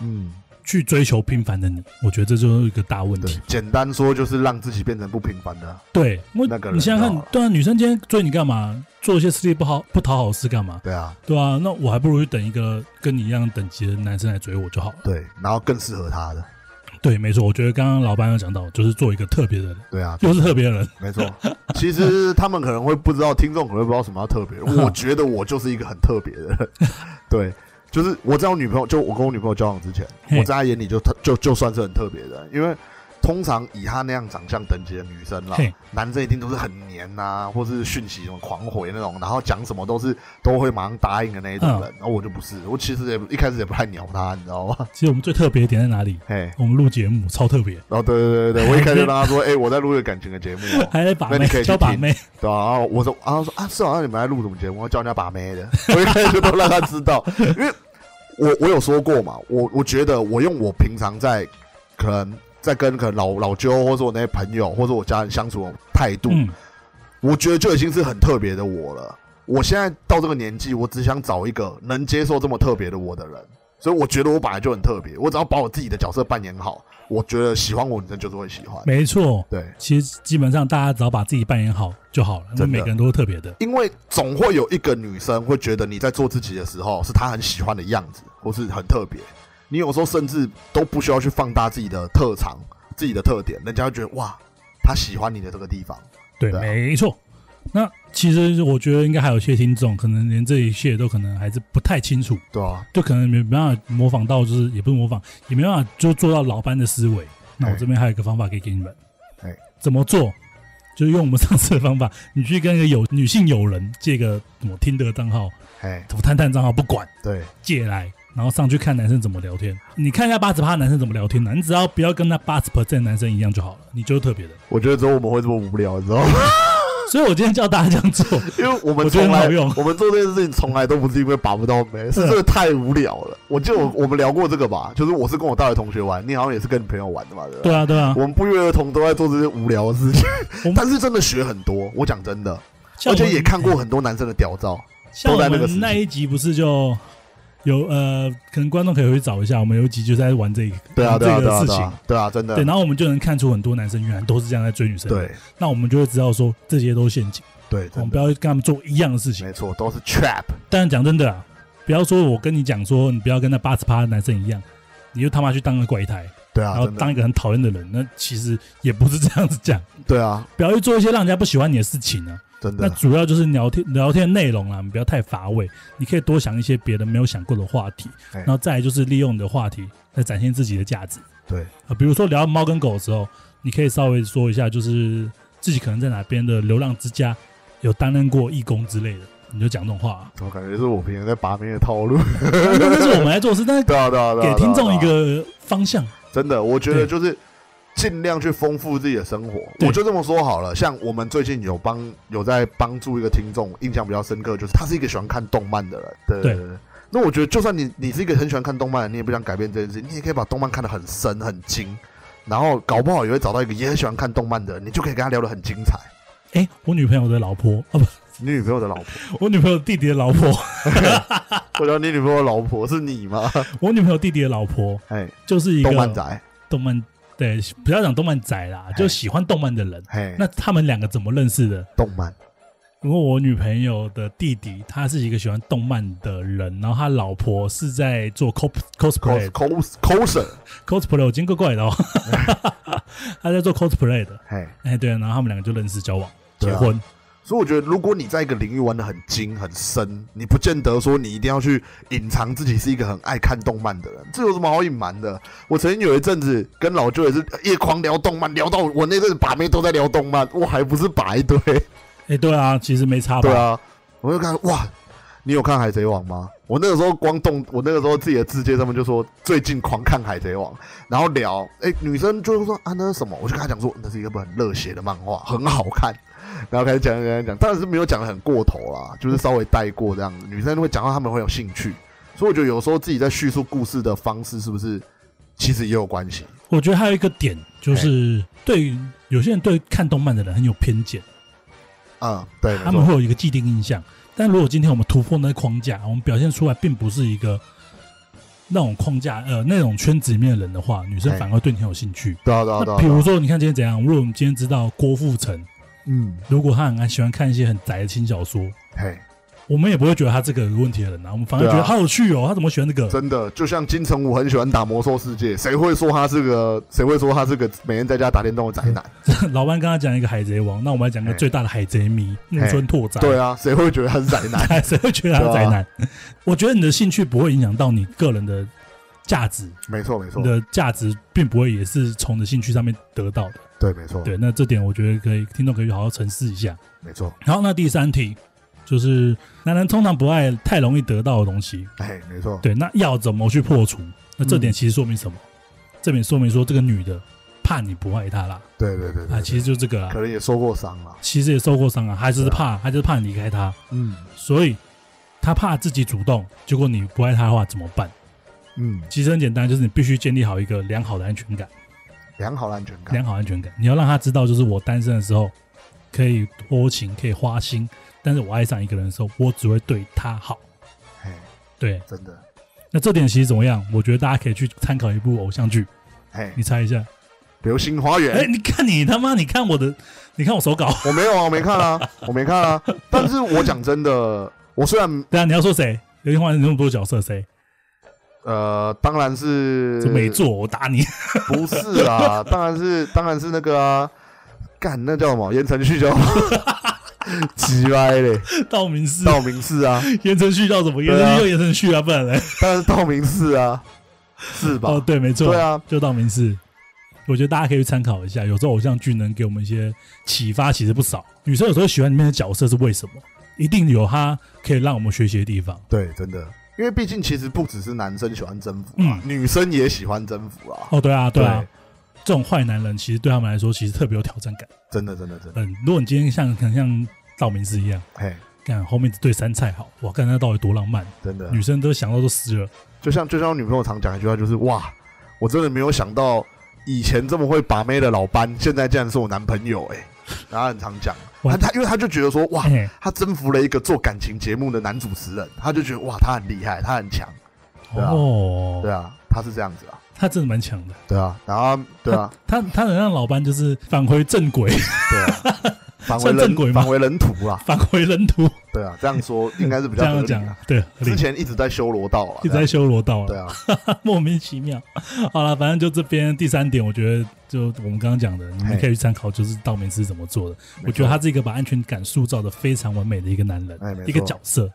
嗯，去追求平凡的你。我觉得这就是一个大问对题。，简单说就是让自己变成不平凡的，啊对，因为那个人你想想就好看了，对啊，女生今天追你干嘛？做一些吃力不好不讨好的事干嘛？对啊，对啊，那我还不如去等一个跟你一样等级的男生来追我就好了。对，然后更适合他的，对，没错，我觉得刚刚老班有讲到，就是做一个特别的人，对啊，又是特别的人，没错。其实他们可能会不知道，听众可能会不知道什么叫 *laughs* 特别。我觉得我就是一个很特别的人， *laughs* 对，就是我在我女朋友，就我跟我女朋友交往之前，嘿我在她眼里就特就就算是很特别的人，因为通常以她那样长相等级的女生啦嘿，男生一定都是很黏呐、或是讯息什么狂回那种，然后讲什么都是都会马上答应的那一种嗯人。然后我就不是，我其实也一开始也不太鸟她，你知道吗？其实我们最特别的点在哪里？嘿。哦我们录节目超特别，然后对对对对，对我一开始就让他 *laughs* 说，哎、我在录一个感情的节目、哦，还在把那妹你可以去教把听妹，对啊，然后我说，然后说啊，是好像你们在录什么节目，要叫人家把妹的，我一开始都让他知道，因为我我有说过嘛，我我觉得我用我平常在可能在跟可能老老舅或者我那些朋友或者我家人相处的态度，嗯，我觉得就已经是很特别的我了。我现在到这个年纪，我只想找一个能接受这么特别的我的人，所以我觉得我本来就很特别，我只要把我自己的角色扮演好，我觉得喜欢我的女生就是会喜欢。没错。对，其实基本上大家只要把自己扮演好就好了，因为真的每个人都是特别的。因为总会有一个女生会觉得你在做自己的时候是她很喜欢的样子，或是很特别，你有时候甚至都不需要去放大自己的特长、自己的特点，人家会觉得哇，他喜欢你的这个地方。对，对啊没错。那其实我觉得应该还有些听众，可能连这一切都可能还是不太清楚，对啊，就可能没办法模仿到，就是也不是模仿，也没办法就做到老班的思维。那我哎这边还有一个方法可以给你们，哎怎么做？就是用我们上次的方法，你去跟一个有女性友人借个什么听的账号、哎，什么探探账号，不管对，借来，然后上去看男生怎么聊天。你看一下八十趴男生怎么聊天呢、你只要不要跟那八十 percent 男生一样就好了，你就是特别的。我觉得只有我们会这么无聊，你知道 *laughs* 吗？所以我今天叫大家这样做，因为我们我觉得很从来好用 *laughs* 我们做这件事情从来都不是因为把不到 *laughs* 妹，是真的太无聊了。我记得我我们聊过这个吧，就是我是跟我大学同学玩，你好像也是跟你朋友玩的嘛，嗯对不对啊，对啊我。们不约而同都在做这些无聊的 *laughs* 事我情们， *laughs* 但是真的学很多。我讲真的，像而我且们也看过很多男生的屌照。像都在我那个时们期那一集不是就有呃，可能观众可以回去找一下，我们有一集就在玩这个对啊，对啊，这对个啊，事对情啊，，对啊，真的对，，然后我们就能看出很多男生原来都是这样在追女生，，对那我们就会知道说这些都是陷阱，对，我真们的不要跟他们做一样的事情。没错，都是 trap。但是讲真的啊，不要说我跟你讲说你不要跟那八十趴的男生一样，你就他妈去当个怪胎，对然啊，后真当的，一个很讨厌的人，那其实也不是这样子讲， *laughs* 对啊，不要去做一些让人家不喜欢你的事情啊。真那的，主要就是聊天聊天内容啦，你不要太乏味，你可以多想一些别人没有想过的话题，哎然后再来就是利用你的话题来展现自己的价值对。啊、比如说聊猫跟狗的时候，你可以稍微说一下，就是自己可能在哪边的流浪之家有担任过义工之类的，你就讲这种话、啊 *laughs* 我感觉是我平常在拔面的套路。 *laughs* 那那是我们来做的事，但是对啊，对啊，对啊对给啊，听众一对啊，个方向。真的，我觉对得就是尽量去丰富自己的生活。对我就这么说好了，像我们最近有帮有在帮助一个听众，印象比较深刻，就是他是一个喜欢看动漫的人。对对对对。那我觉得，就算你你是一个很喜欢看动漫的人，你也不想改变这件事，你也可以把动漫看得很深很精，然后搞不好也会找到一个也很喜欢看动漫的人，你就可以跟他聊得很精彩。哎、我女朋友的老婆啊，不，你女朋友的老婆，我女朋友弟弟的老婆，我觉得你女朋友的老婆是你吗？我女朋友弟弟的老婆哎，就是哎一个动漫哎宅，动漫，对，不要讲动漫宅啦，就喜欢动漫的人。嘿，那他们两个怎么认识的？动漫，因为我女朋友的弟弟，他是一个喜欢动漫的人，然后他老婆是在做 cos cos cosplay cos coser， cosplay，我今天怪怪的哦，哎 *laughs* 他在做 cosplay 的，嘿，哎对，然后他们两个就认识交往、对结啊婚，所以我觉得，如果你在一个领域玩的很精很深，你不见得说你一定要去隐藏自己是一个很爱看动漫的人，这有什么好隐瞒的？我曾经有一阵子跟老舅也是呃一狂聊动漫，聊到我那阵子把妹都在聊动漫，我还不是把一堆？哎对啊，其实没差吧？对啊，我就看哇，你有看《海贼王》吗？我那个时候光动，我那个时候自己的字界上面就说最近狂看《海贼王》，然后聊，哎、女生就说啊那是什么？我就跟她讲说那是一个本很热血的漫画，很好看。然后开始讲讲讲，当然是没有讲的很过头啦，就是稍微带过这样子。女生会讲到他们会有兴趣，所以我觉得有时候自己在叙述故事的方式是不是其实也有关系？我觉得还有一个点就是，哎对于有些人对看动漫的人很有偏见，嗯，对，没他们错，会有一个既定印象。但如果今天我们突破那个框架，我们表现出来并不是一个那种框架呃那种圈子里面的人的话，女生哎反而对你很有兴趣。对啊对啊对那啊，比如对啊，说，你看今天怎样？如果我们今天知道郭富城，嗯，如果他很喜欢看一些很宅的轻小说，嘿，我们也不会觉得他这个有问题的人啊，我们反而对啊觉得好有趣哦，他怎么喜欢这个？真的，就像金城武很喜欢打魔兽世界，谁会说他是个谁会说他是个每天在家打电动的宅男？ *laughs* 老班刚刚讲一个海贼王，那我们来讲个哎最大的海贼迷木村拓哉。 *laughs* 哎对啊，啊谁会觉得他是宅男？谁会觉得他是宅男？ *laughs* 我觉得你的兴趣不会影响到你个人的价值，没错，没错你，的价值并不会也是从你的兴趣上面得到的。对，没错，对，那这点我觉得可以，听众可以好好沉思一下。没错，好，那第三题就是男人通常不爱太容易得到的东西，哎，没错，对，那要怎么去破除？那这点嗯其实说明什么？这点说明说这个女的怕你不爱她啦，对对对啊，对，其实就这个可啦，能也受过伤了，其实也受过伤啊，她就是对啊怕，她就是怕你离开她，嗯所以她怕自己主动，结果你不爱她的话怎么办？嗯，其实很简单，就是你必须建立好一个良好的安全感，良好的安全感，良好的安全感，你要让她知道，就是我单身的时候可以多情，可以花心，但是我爱上一个人的时候，我只会对她好。哎，对，真的，那这点其实怎么样？我觉得大家可以去参考一部偶像剧，哎，你猜一下。流星花嗯哎、园，你看你他妈，你看我的，你看我手稿。 *laughs* 我没有啊，我没看啊，我没看啊，但是我讲真的，我虽然对啊，你要说谁？流星花园那么多角色，谁？呃，当然是这没做，我打你。 *laughs* 不是啊，当然是当然是那个啊，干那叫什么言承旭叫什么 *laughs* 急歪嘞，道明寺道明寺啊，言承旭叫什么？言对承啊旭就言承旭啊，不然嘞？当然是道明寺啊，是吧？哦，对，没错，对啊，就道明寺。我觉得大家可以去参考一下，有时候偶像剧能给我们一些启发，其实不少。女生有时候喜欢里面的角色是为什么？一定有她可以让我们学习的地方。对，真的，因为毕竟其实不只是男生喜欢征服啊嗯，女生也喜欢征服啊。哦，对啊，对啊，这种坏男人其实对他们来说其实特别有挑战感。真的，真的，真的，嗯，如果你今天像可能像道明寺一样，嘿，看后面对山菜好，哇，看那到底多浪漫，真的，女生都想到都湿了。就像就像我女朋友常讲一句话，就是哇，我真的没有想到以前这么会把妹的老班，现在竟然是我男朋友哎、然后她很常讲，哇他他因为他就觉得说哇，哎他征服了一个做感情节目的男主持人，他就觉得哇，他很厉害，他很强，对啊哦，对啊，他是这样子啊，他真的蛮强的，对啊，然后对啊，他他能让老班就是返回正轨， *laughs* 对啊，返回算正轨人吗返回人途啦，返回人途，对啊，这样说应该是比这较合样理讲啊。对，合理之前一直在修罗道啊，一直在修罗道这了，样对啊，莫名其妙。好了，反正就这边第三点，我觉得就我们刚刚讲的，你们嘿可以去参考，就是道明寺怎么做的。我觉得他是一个把安全感塑造的非常完美的一个男人哎没，错一个角色。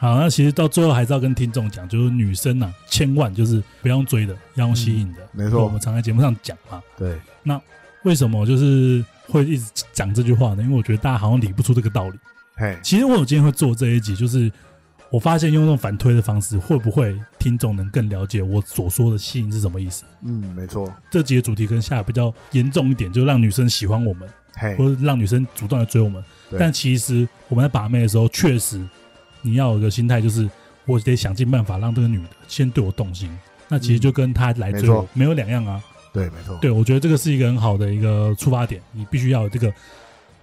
好，那其实到最后还是要跟听众讲，就是女生啊，千万就是不要用追的，要用吸引的。嗯没错我们常在节目上讲嘛。对，为什么就是会一直讲这句话呢？因为我觉得大家好像理不出这个道理。嘿，其实我有今天会做这一集，就是我发现用那种反推的方式，会不会听众能更了解我所说的吸引是什么意思？嗯，没错，这集的主题跟下比较严重一点，就让女生喜欢我们，嘿，或者让女生主动来追我们。对但其实我们在把妹的时候，确实你要有一个心态，就是我得想尽办法让这个女的先对我动心。那其实就跟她来追嗯没我错没有两样啊。对，没错，对，我觉得这个是一个很好的一个出发点，你必须要有这个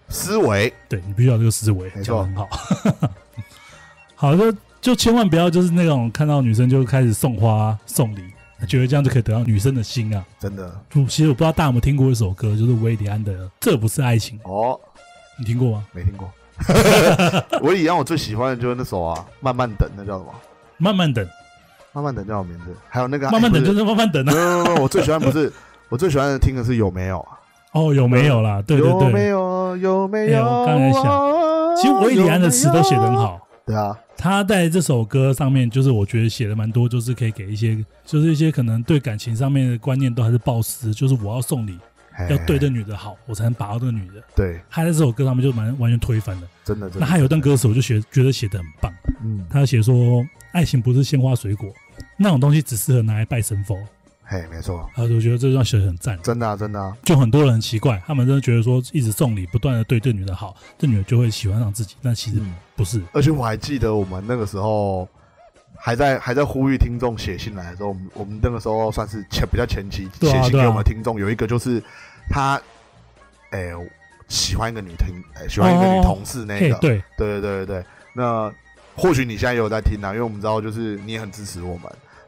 思维，对你必须要有这个思维，没讲错的很好。 *laughs* 好，就就千万不要就是那种看到女生就开始送花送礼，觉得这样就可以得到女生的心啊。真的就其实我不知道大家有没有听过一首歌，就是维里安的《这不是爱情》，哦，你听过吗？没听 *laughs* 过。我以前我最喜欢的就是那首啊，慢慢等，那叫什么？慢慢等，慢慢等叫什么名字？还有那个啊慢慢等，哎就不是慢慢等啊。是没有没有没有，我最喜欢不是 *laughs* 我最喜欢的听的是有没有啊？哦，有没有啦？对对嗯有没对，有有啊没哎有？我刚才想其实维里安的词都写得很。好。对啊，他在这首歌上面，就是我觉得写的蛮多，就是可以给一些，就是一些可能对感情上面的观念都还是抱持，就是我要送礼，嘿要对这女的好，我才能把到这女的。对，他在这首歌上面就蛮完全推翻了。真的真那的，还有一段歌词，我就写觉得写的很棒，嗯，他写说爱情不是鲜花水果，那种东西只适合拿来拜神佛。嘿，没错，啊，我觉得这段写的很赞。真的啊真的啊，就很多人很奇怪，他们真的觉得说一直送礼，不断的对这女的好，这女的就会喜欢上自己，但其实嗯。不是。而且我还记得我们那个时候还在还在呼吁听众写信来的时候，我们我们那个时候算是前比较前期对啊写信对啊给我们的听众，有一个就是他，哎、喜欢一个女听，哎、喜欢一个哦女同事那嘿个，，对，对对对对对那或许你现在也有在听啊，因为我们知道就是你也很支持我们，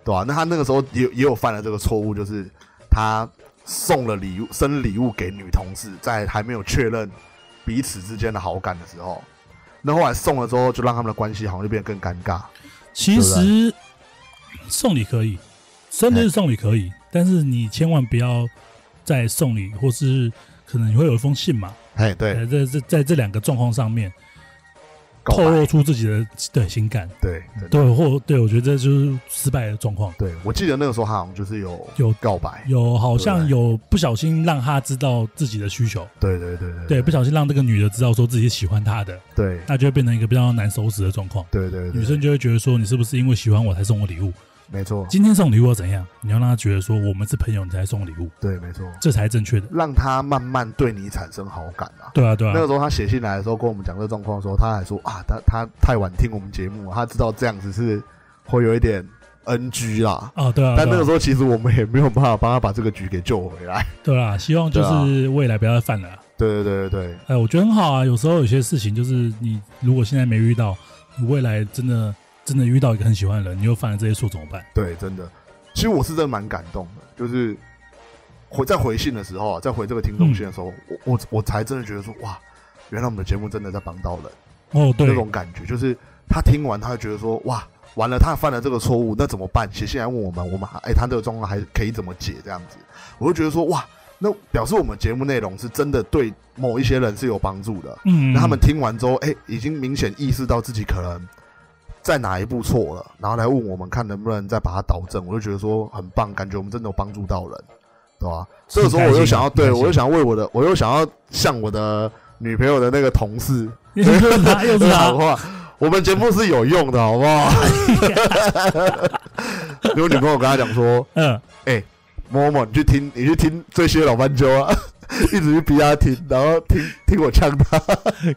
对吧、那他那个时候也也有犯了这个错误，就是他送了礼物生日礼物给女同事，在还没有确认彼此之间的好感的时候，那后来送了之后，就让他们的关系好像就变得更尴尬。其实送礼可以，生日送礼可以，但是你千万不要在送礼或是可能你会有一封信嘛，哎，对，在这这在这两个状况上面告透白，露出自己的对情感，对对对或对我觉得这就是失败的状况。对，我记得那个时候他好像就是有有告白，有好像对有不小心让他知道自己的需求，对对对对对，不小心让这个女的知道说自己喜欢他的，对那就会变成一个比较难收拾的状况。对对对，女生就会觉得说你是不是因为喜欢我才送我礼物？没错，今天送礼物要怎样？你要让她觉得说我们是朋友，你才送礼物。对没错，这才正确的。让他慢慢对你产生好感啊。对啊，对啊那，个时候他写信来的时候，跟我们讲这个状况的时候，他还说啊，他他太晚听我们节目了，他知道这样子是会有一点 NG 啦。哦，对啊，但对那个啊时候其实我们也没有办法帮他把这个局给救回来。对啦，希望啊就是未来不要再犯了啦。对对对对哎，我觉得很好啊。有时候有些事情就是你如果现在没遇到，你未来真的真的遇到一个很喜欢的人，你又犯了这些错怎么办？对对，真的，其实我是真的蛮感动的，就是回在回信的时候啊，在回这个听众信的时候，我我我才真的觉得说哇，原来我们的节目真的在帮到人。哦，对那，种感觉，就是他听完他会觉得说哇，完了，他犯了这个错误，那怎么办？写信来问我们，我们还哎、他这个状况还可以怎么解？这样子，我就觉得说，哇，那表示我们节目内容是真的对某一些人是有帮助的。嗯，那他们听完之后，哎、已经明显意识到自己可能在哪一步错了，然后来问我们看能不能再把它导正。我就觉得说很棒，感觉我们真的有帮助到人，对吧、这个时候我又想要，挺开心对的我又想要为我的，我又想要向我的女朋友的那个同 *laughs* 事 *laughs* 又是他，啊 *laughs* 又是他讲，话。我们节目是有用的，好不 *laughs* 好？因为我女朋友跟他讲说，嗯，某某，你去听，你去听最新的老斑鸠啊， *laughs* 一直去逼他听，然后听听我呛他，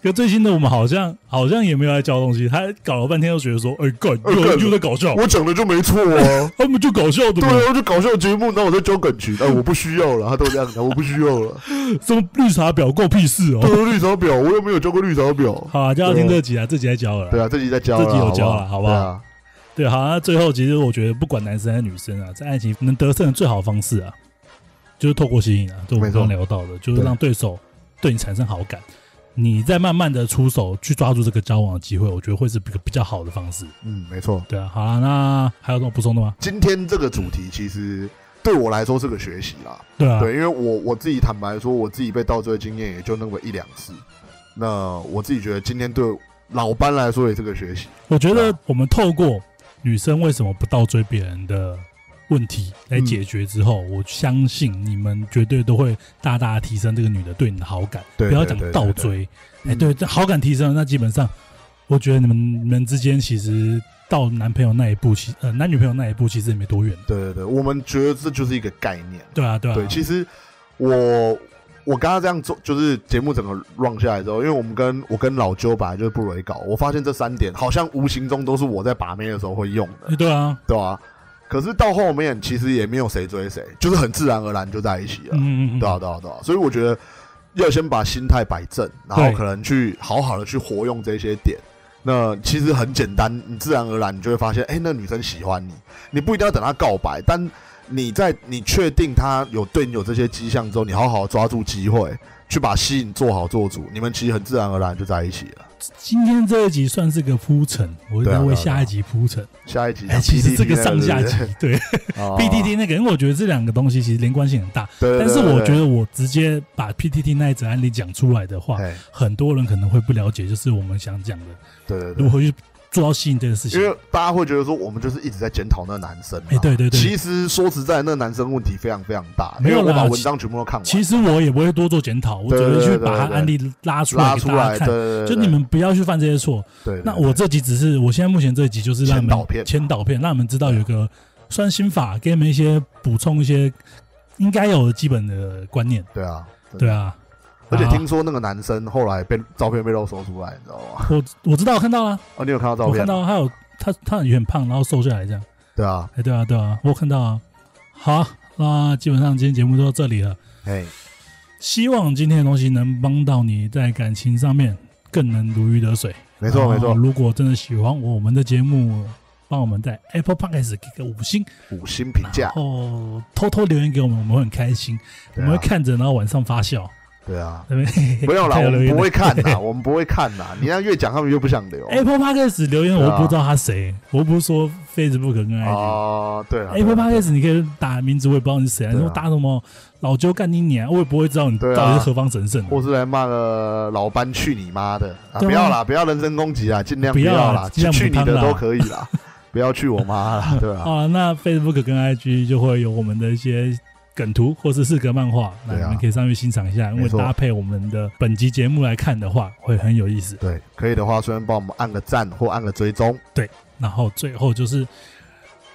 可最新的我们好像好像也没有在教东西，他搞了半天又觉得说，哎干哎又干又在搞笑，我讲的就没错啊。 *laughs* 他们就搞笑的对嘛，啊，我就搞笑节目，那我在教梗群，哎，我不需要了，他都这样讲，我不需要了。什么绿茶婊够屁事哦。对啊，绿茶婊，我又没有教过绿茶婊。好啊，就要听这集啊，这集在教了啦。对啊，这集在教了，这集有教了好不好对啊，对，好，那最后其实我觉得，不管男生还是女生啊，在爱情能得胜的最好方式啊，就是透过吸引啊，就我们没错刚刚聊到的，就是让对手对你产生好感，你再慢慢的出手去抓住这个交往的机会，我觉得会是比比较好的方式。嗯，没错。对啊，好啦，那还有什么补充的吗？今天这个主题其实对我来说是个学习啦，对啊，对，因为我我自己坦白说，我自己被倒追的经验也就那么一两次，那我自己觉得今天对老班来说也是个学习。我觉对得啊我们透过女生为什么不倒追别人的问题嗯来解决之后，我相信你们绝对都会大大地提升这个女的对你的好感。对不要对讲对倒对对追，哎，对，这好感提升了，那基本上我觉得你们你们之间其实到男朋友那一步，其呃男女朋友那一步其实也没多远。对对对，我们觉得这就是一个概念。对啊，对啊，对，其实我我刚刚这样做，就是节目整个 run 下来之后，因为我们跟我跟老周本来就是不容易搞，我发现这三点好像无形中都是我在把妹的时候会用的，哎对啊，对吧、可是到后面其实也没有谁追谁，就是很自然而然就在一起了，嗯嗯嗯，对啊对啊对啊，所以我觉得要先把心态摆正，然后对可能去好好的去活用这些点。那其实很简单，你自然而然你就会发现，哎、那女生喜欢你，你不一定要等她告白，但你在你确定她有对你有这些迹象之后，你好好抓住机会，去把吸引做好做足，你们其实很自然而然就在一起了。今天这一集算是个铺陈，我对啊在为对啊对啊下一集铺陈。下一集哎，其实这个上下集，对 B PTT 那个，因为我觉得这两个东西其实连贯性很大。哦对，但是我觉得得我直接把 PTT 那一则案例讲出来的话，很多人可能会不了解，就是我们想讲的对对对如，何去做到吸引这个事情因。为大家会觉得说，我们就是一直在检讨那个男生、啊。哎，对对对，其实说实在，那男生问题非常非常大，没有啦因为我把文章全部都看完，其实我也不会多做检讨，我只会去把它案例拉出来拉给出大来，家对看。对对，就你们不要去犯这些错。对，对那我这集只是，我现在目前这一集就是让你前导片们前导片，让你们知道有一个算心法，给你们一些补充一些应该有的基本的观念。对啊，对，啊，而且啊听说那个男生后来被照片被露搜出来，你知道吗？我我知道，我看到了，哦，你有看到照我看？片到他有他他也很胖，然后瘦下来这样。对啊，哎，对啊，对啊，我看到啊。好，那基本上今天节目就到这里了。哎，希望今天的东西能帮到你在感情上面更能如鱼得水。没错没然错后，如果真的喜欢我们的节目，帮我们在 Apple Podcast 给个五星，五星评价然，后偷偷留言给我们，我们会很开心，我对们会啊，看着然后晚上发笑。对啊，对不对？不用啦，看我留们言哎的不会看啦，我们不会看啦，你要越讲他们越不想留 Apple Podcast 留言，我对啊又不知道他谁，我又不是说 Facebook 跟 IG。哦，对啊 Apple 对啊 Podcast 你可以打名字，我也不知道你是谁啊，你对啊说打什么老舅干你娘，我也不会知道你对啊到底是何方神圣的。或是来骂个老班去你妈的啊！对啊不要啦，不要人身攻击啊，尽量不要要啦啦，尽量去不你的当啦都可以啦，不要去我妈啦，对啊，啊，那 Facebook 跟 IG 就会有我们的一些梗图或是四格漫画，那对你啊们可以上去欣赏一下，因为没错搭配我们的本集节目来看的话，会很有意思。对，可以的话，顺便帮我们按个赞或按个追踪，然后最后就是，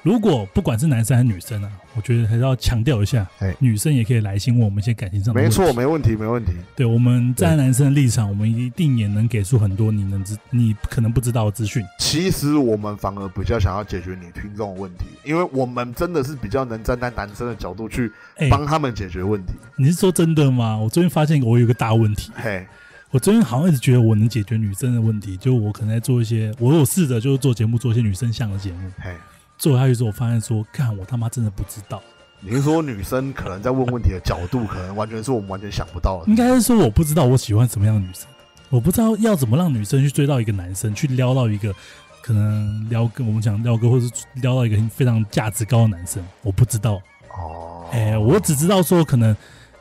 如果不管是男生还是女生啊，我觉得还是要强调一下哎，女生也可以来信问我们一些感情上的没问题。错，没问题，没问题，对我们站在男生的立场，我们一定也能给出很多你能知你可能不知道的资讯。其实我们反而比较想要解决女听众的问题，因为我们真的是比较能站在男生的角度去哎，帮他们解决问题。你是说真的吗？我最近发现我有一个大问题，嘿，我最近好像一直觉得我能解决女生的问题，就我可能在做一些，我有试着就是做节目，做一些女生向的节目，嘿，做下去之后，我发现说，看我他妈真的不知道，你是说女生可能在问问题的角度，可能完全是我们完全想不到的。应该是说我不知道我喜欢什么样的女生，我不知道要怎么让女生去追到一个男生，去撩到一个可能撩哥，我们讲撩哥，或是撩到一个非常价值高的男生，我不知道。哦，哎、我只知道说，可能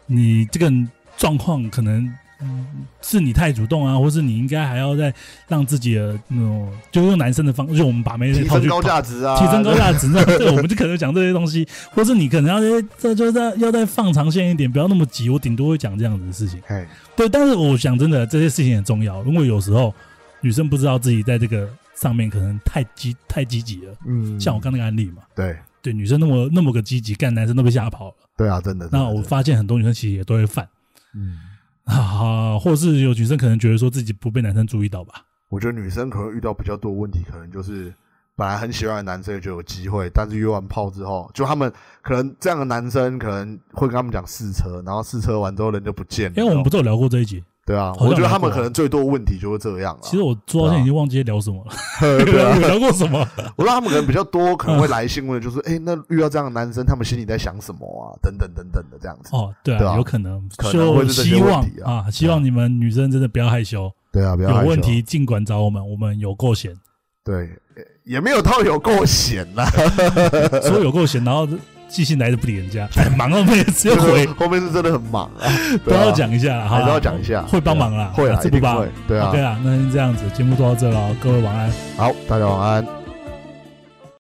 你这个状况可能、嗯是你太主动啊，或是你应该还要再让自己的那种，就用男生的方，就我们把妹提套升去高跑价值啊，提升高价值， *laughs* 那对，我们就可能讲这些东西，或是你可能要这就在要再放长线一点，不要那么急。我顶多会讲这样子的事情。嘿，对，但是我想真的这些事情很重要，因为有时候女生不知道自己在这个上面可能太积太积极了，嗯，像我刚那个案例嘛，对对，女生那么那么个积极，干男生都被吓跑了。对啊，真的。那真的我真的发现很多女生其实也都会犯 *laughs* 嗯，啊，或是有女生可能觉得说自己不被男生注意到吧，我觉得女生可能遇到比较多的问题，可能就是本来很喜欢的男生就有机会，但是约完炮之后，就他们可能这样的男生可能会跟他们讲试车，然后试车完之后人就不见了。因哎为我们不是有聊过这一集，对啊，好像我觉得他们聊过可能最多问题就是这样啊。其实我做到现在已经忘记在聊什么了，，对啊 *laughs* 聊过什 *laughs* 么。我让他们可能比 *laughs* 较多，可能会来信问，就是哎、诶那遇到这样的男生，他们心里在想什么啊？等等等等的这样子。哦，对对啊，啊有可能，可能就会是这些希望问题啊啊，希望你们女生真的不要害羞，对啊，不要有害羞问题。尽管找我们，我们有够闲，对，呃也没有到有够闲 *laughs* 啦，说有够闲，然后寄信来的不理人家， *laughs* 哎，忙了没有直接回，后面是真的很忙啊，都对啊要，讲一下啦，还哈，是要讲一下，会帮忙啦，会啊，这一不定帮会，对啊 OK，啦，那先这样子，节目做到这了，各位晚安。好，大家晚安。